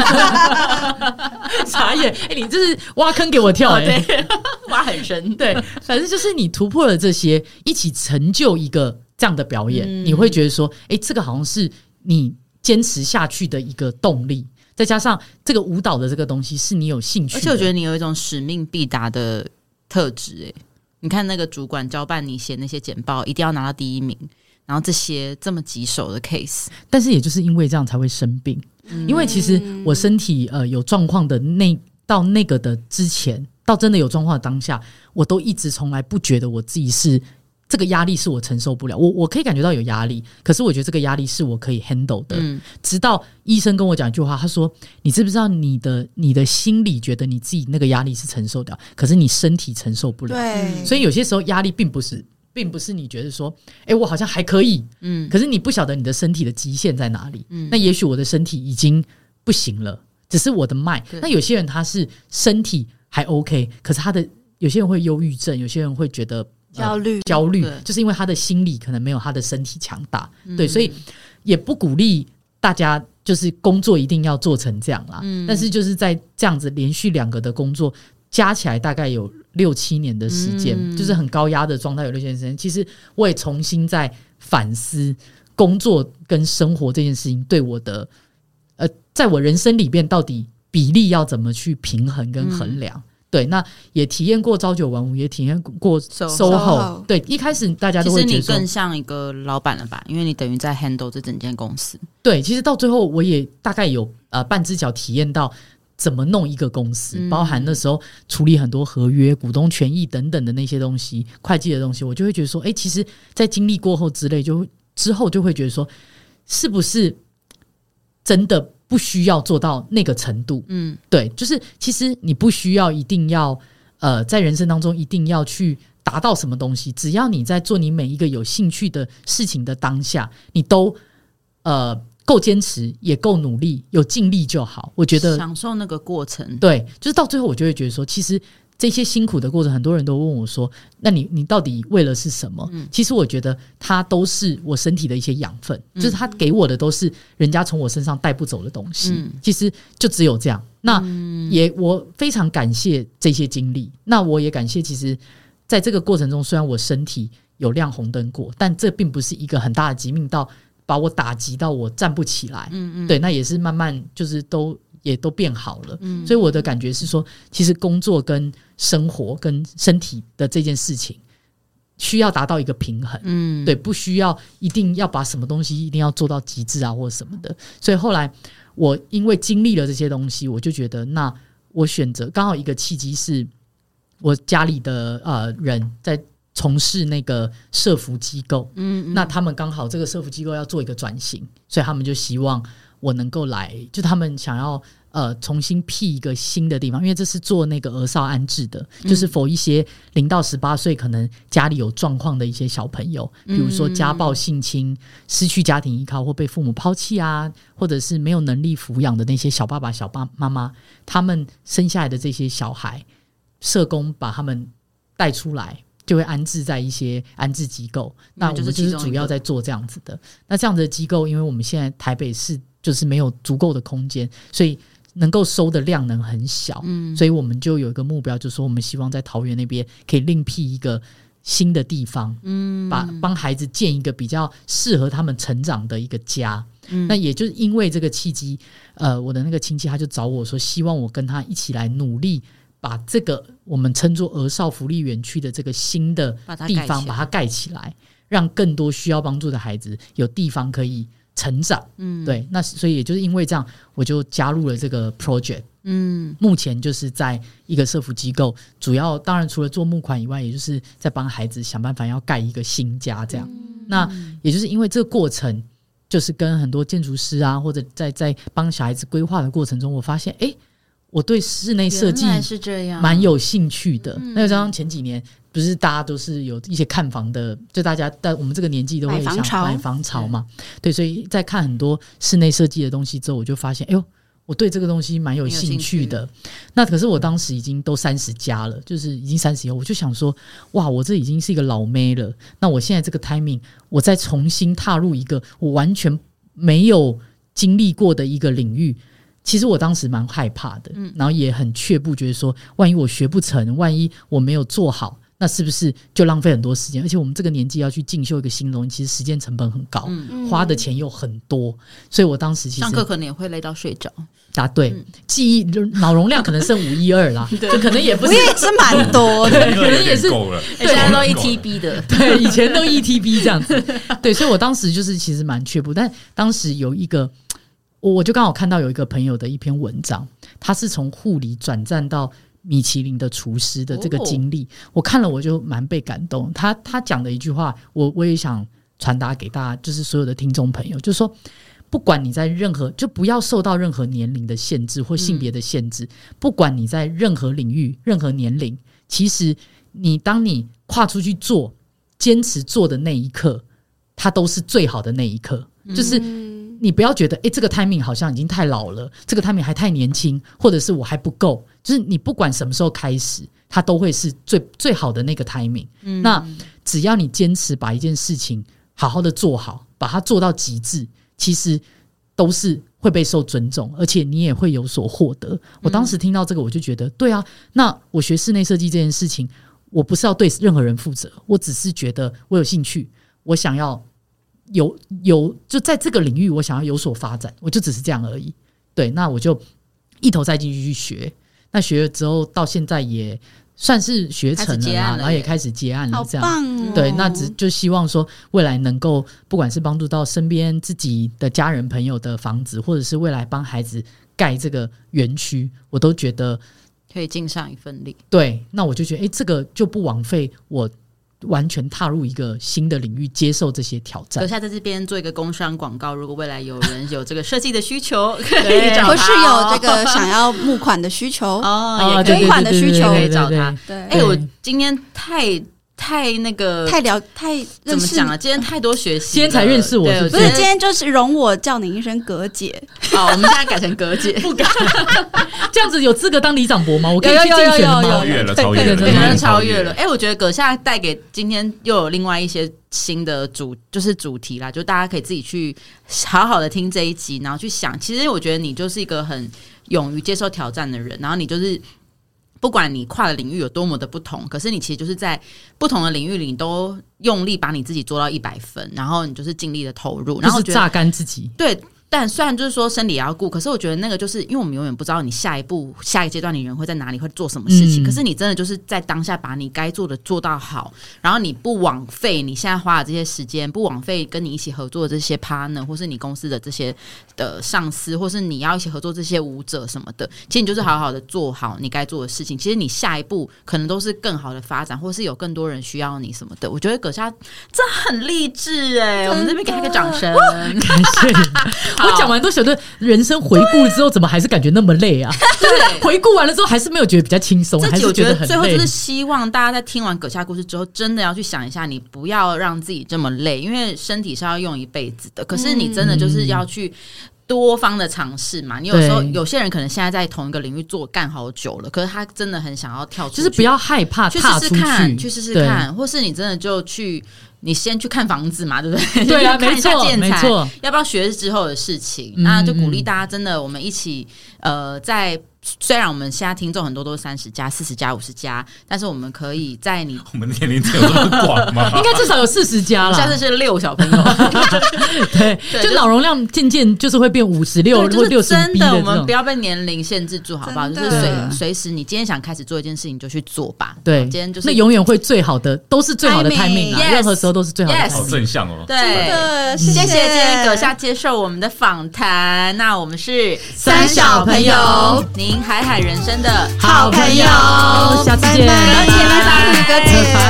C: 傻眼，哎、你这是挖坑给我跳、
A: 哦
C: 哎、
A: 对，挖很深，
C: 对，反正就是你突破了这些，一起成就一个这样的表演，
A: 嗯
C: 你会觉得说，哎、这个好像是你坚持下去的一个动力。再加上这个舞蹈的这个东西是你有兴趣的，
A: 而且我觉得你有一种使命必达的特质，哎，你看那个主管交办你写那些简报，一定要拿到第一名，然后这些这么棘手的 case，
C: 但是也就是因为这样才会生病，
A: 嗯
C: 因为其实我身体呃有状况的那到那个的之前，到真的有状况的当下，我都一直从来不觉得我自己是这个压力是我承受不了，我我可以感觉到有压力，可是我觉得这个压力是我可以 handle 的，
A: 嗯，
C: 直到医生跟我讲一句话，他说：“你知不知道你的你的心里觉得你自己那个压力是承受得了，可是你身体承受不了。
B: 对，
C: 嗯所以有些时候压力并不是，并不是你觉得说，诶，我好像还可以，
A: 嗯，
C: 可是你不晓得你的身体的极限在哪里。那也许我的身体已经不行了，只是我的脉
A: 对。
C: 那有些人他是身体还 OK，可是他的有些人会忧郁症，有些人会觉得、呃
B: 焦虑
C: 焦虑
A: 对，
C: 就是因为他的心理可能没有他的身体强大，
A: 嗯
C: 对，所以也不鼓励大家就是工作一定要做成这样啦。
A: 嗯
C: 但是就是在这样子连续两个的工作加起来，大概有六七年的时间，
A: 嗯
C: 就是很高压的状态，有六七年时间。其实我也重新在反思工作跟生活这件事情对我的呃，在我人生里边到底比例要怎么去平衡跟衡
A: 嗯
C: 量。对，那也体验过朝九晚五，也体验过
A: So-
C: SOHO
B: SOHO。
C: 对，一开始大家
A: 其
C: 都
A: 实
C: 会
A: 你
C: 觉得说
A: 更像一个老板了吧，因为你等于在 handle 这整间公司，
C: 对，其实到最后我也大概有呃半只脚体验到怎么弄一个公司，
A: 嗯
C: 包含那时候处理很多合约、股东权益等等的那些东西，会计的东西，我就会觉得说，哎、其实，在经历过后之类，就会之后就会觉得说，是不是真的不需要做到那个程度？
A: 嗯，
C: 对，就是其实你不需要一定要呃，在人生当中一定要去达到什么东西，只要你在做你每一个有兴趣的事情的当下，你都呃够坚持，也够努力，有尽力就好。我觉得
A: 享受那个过程，
C: 对，就是到最后我就会觉得说，其实这些辛苦的过程，很多人都问我说，那你你到底为了是什么？
A: 嗯
C: 其实我觉得它都是我身体的一些养分，就是它给我的都是人家从我身上带不走的东西。
A: 嗯
C: 其实就只有这样。那也我非常感谢这些经历，那我也感谢其实在这个过程中，虽然我身体有亮红灯过，但这并不是一个很大的疾病到把我打击到我站不起来。
A: 嗯嗯，
C: 对，那也是慢慢就是都也都变好了。
A: 嗯
C: 所以我的感觉是说，其实工作跟生活跟身体的这件事情，需要达到一个平衡。
A: 嗯，
C: 对，不需要一定要把什么东西一定要做到极致啊，或者什么的。所以后来我因为经历了这些东西，我就觉得，那我选择刚好一个契机是，我家里的呃人在从事那个社服机构，
A: 嗯，嗯
C: 那他们刚好这个社福机构要做一个转型，所以他们就希望我能够来，就他们想要呃重新辟一个新的地方，因为这是做那个儿少安置的，
A: 嗯
C: 就是否一些零到十八岁可能家里有状况的一些小朋友，比如说家暴、性侵、失去家庭依靠或被父母抛弃啊，或者是没有能力抚养的那些小爸爸、小爸妈妈，他们生下来的这些小孩，社工把他们带出来，就会安置在一些安置机构。那我
A: 嗯就
C: 们
A: 是
C: 就是
A: 其中一个
C: 主要在做这样子的。那这样子的机构，因为我们现在台北市就是没有足够的空间，所以能够收的量能很小。嗯，所以我们就有一个目标，就是说我们希望在桃园那边可以另辟一个。新的地方，嗯，把帮孩子建一个比较适合他们成长的一个家，
A: 嗯
C: 那也就是因为这个契机，呃，我的那个亲戚他就找我说，希望我跟他一起来努力把这个我们称作儿少福利园区的这个新的
A: 把它
C: 地
A: 盖
C: 方
A: 起来
C: 把它盖起来，让更多需要帮助的孩子有地方可以成长。嗯，对，那所以也就是因为这样，我就加入了这个 project。
A: 嗯，
C: 目前就是在一个社福机构，主要当然除了做募款以外，也就是在帮孩子想办法要盖一个新家这样。
A: 嗯
C: 那也就是因为这个过程，就是跟很多建筑师啊，或者在在帮小孩子规划的过程中，我发现，诶，我对室内设计
A: 原来是这样，
C: 蛮有兴趣的。那个张前几年不是大家都是有一些看房的，就大家在我们这个年纪都会
B: 买房
C: 想
B: 潮
C: 买房潮嘛，对，所以在看很多室内设计的东西之后，我就发现，哎呦。我对这个东西蛮有兴趣的，那可是我当时已经都三十加了，就是已经三十以后，我就想说，哇，我这已经是一个老妹了，那我现在这个 timing，我再重新踏入一个我完全没有经历过的一个领域，其实我当时蛮害怕的，
A: 嗯
C: 然后也很却步，觉得说，万一我学不成，万一我没有做好，那是不是就浪费很多时间？而且我们这个年纪要去进修一个新东西，其实时间成本很高，花的钱又很多，所以我当时其实
A: 嗯上课可能也会累到睡着，
C: 答对，记忆 脑容量可能剩五一二啦，就 可能也不
B: 嗯我
C: 是
B: 也是蛮多的，
C: 呃可能也是
D: 够了，
A: 现在都一 TB 的，
C: 对，以前都 ETB 这样子，对，所以我当时就是其实蛮却步，但当时有一个，我我就刚好看到有一个朋友的一篇文章，他是从护理转战到米其林的厨师的这个经历，我看了我就蛮被感动。他他讲的一句话，我我也想传达给大家，就是所有的听众朋友，就是说。不管你在任何，就不要受到任何年龄的限制或性别的限制。不管你在任何领域、任何年龄，其实你当你跨出去做，坚持做的那一刻，它都是最好的那一刻。 就是你不要觉得，诶，这个 timing 好像已经太老了，这个 timing 还太年轻，或者是我还不够。就是你不管什么时候开始，它都会是最最好的那个 timing。那
A: 嗯
C: 只要你坚持把一件事情好好的做好，把它做到极致，其实都是会被受尊重，而且你也会有所获得。我当时听到这个，我就觉得，对啊，那我学室内设计这件事情，我不是要对任何人负责，我只是觉得我有兴趣，我想要有有就在这个领域，我想要有所发展，我就只是这样而已。对，那我就一头栽进去去学，那学了之后到现在也算是学成
A: 开始
C: 了
A: 接案
C: 啦，
A: 了
C: 然后也
A: 耶
C: 开始接案
B: 好
C: 了， 这样。
B: 棒哦！
C: 对，那只就希望说未来能够，不管是帮助到身边自己的家人朋友的房子，或者是未来帮孩子盖这个园区，我都觉得
A: 可以尽上一份力。
C: 对。那我就觉得，诶，这个就不枉费我完全踏入一个新的领域，接受这些挑
A: 阁
C: 战。
A: 下在这边做一个工商广告，如果未来有人有这个设计的需求，可以找他、哦。
B: 或是有这个想要募款的需求，
C: 啊
A: 哦，也可
B: 对
A: 以。
B: 捐款的需求
A: 可以找他。哎、
B: 对，
C: 对
A: 我今天太太那个
B: 太了太
A: 怎
B: 认
A: 么
B: 识
A: 讲啊？今天太多学习了，
C: 今天才认识我
A: 对
C: 是
A: 我
B: 不
C: 不是
B: 是
A: 觉，得
B: 今天就是容我叫你一声葛姐，
A: 好，我们现在改成葛姐，不敢，
C: 这样子有资格当里长伯吗？我可以
B: 有
C: 去
B: 有
C: 竞选
B: 有有
C: 吗
D: 超？越了，
C: 对
D: 超越了，
C: 对
A: 我
C: 对
A: 们
C: 对
A: 都超越了。哎、我觉得葛夏带给今天又有另外一些新的主，就是主题啦，就大家可以自己去好好的听这一集，然后去想。其实我觉得你就是一个很勇于接受挑战的人，然后你就是。不管你跨的领域有多么的不同，可是你其实就是在不同的领域里，你都用力把你自己做到一百分，然后你就是尽力的投入，然后我
C: 就是
A: 觉得
C: 榨干自己。
A: 对，但虽然就是说生理也要顾，可是我觉得那个就是因为我们永远不知道你下一步、下一阶段你人会在哪里，会做什么事情。
C: 嗯
A: 可是你真的就是在当下把你该做的做到好，然后你不枉费你现在花的这些时间，不枉费跟你一起合作的这些 partner，或是你公司的这些的上司，或是你要一起合作这些舞者什么的。其实你就是好好的做好你该做的事情。其实你下一步可能都是更好的发展，或是有更多人需要你什么的。我觉得葛夏这很励志哎、我们这边给他一个掌声。
C: 感谢你， 我讲完都觉得人生回顾之后，怎么还是感觉那么累啊？
A: 对。
C: 回顾完了之后，还是没有觉得比较轻松，
A: 这
C: 还
A: 集我
C: 是
A: 觉
C: 得
A: 得
C: 很
A: 最后
C: 累
A: 就是。希望大家在听完葛夏故事之后，真的要去想一下，你不要让自己这么累，因为身体是要用一辈子的。可是你
C: 嗯
A: 真的就是要去。多方的尝试嘛，你有时候
C: 对
A: 有些人可能现在在同一个领域做干好久了，可是他真的很想要跳出去，
C: 就是不要害怕
A: 去
C: 踏
A: 试试
C: 出
A: 看，去
C: 去
A: 试试
C: 对
A: 看，或是你真的就去，你先去看房子嘛，对不对？
C: 对啊，
A: 看
C: 没
A: 一下
C: 错，
A: 建材
C: 没错，
A: 要不要学之后的事情，
C: 嗯
A: 那就鼓励大家真的，我们一起呃，在虽然我们现在听众很多都是三十加、四十加、五十加，但是我们可以在你
D: 我们的年龄层有这么广吗？
C: 应该至少有四十家
A: 下次
C: 啦。
A: 是六小朋友，
C: 对，
A: 对
C: 就
A: 就
C: 脑容量渐渐就是会变五十 六
A: 对
C: 或
A: 就
C: 六
A: 是
C: 十 B
A: 真
C: 的
A: 的，
C: 这
A: 我们
C: 种
A: 不。要被年龄限制住，好不好？就
B: 真
A: 是
B: 的
A: 随随时你今天想开始做一件事情就去做吧。
C: 对，
A: 今天就是
C: 那永远会最好的，都是最好的 timing
B: Timing，
C: 啊
A: yes，
C: 任何时候都是最好的
A: yes
D: 好
C: timing。
D: 正向哦。
A: 对，
B: 的，
A: 谢谢
B: 谢
A: 今天阁下接受我们的访谈。那我们是
C: 三小朋友，
A: 您海海人生的
C: 好朋友
B: 好朋友
C: 下次见
B: 拜拜
A: 哥姐拜拜
B: 哥姐。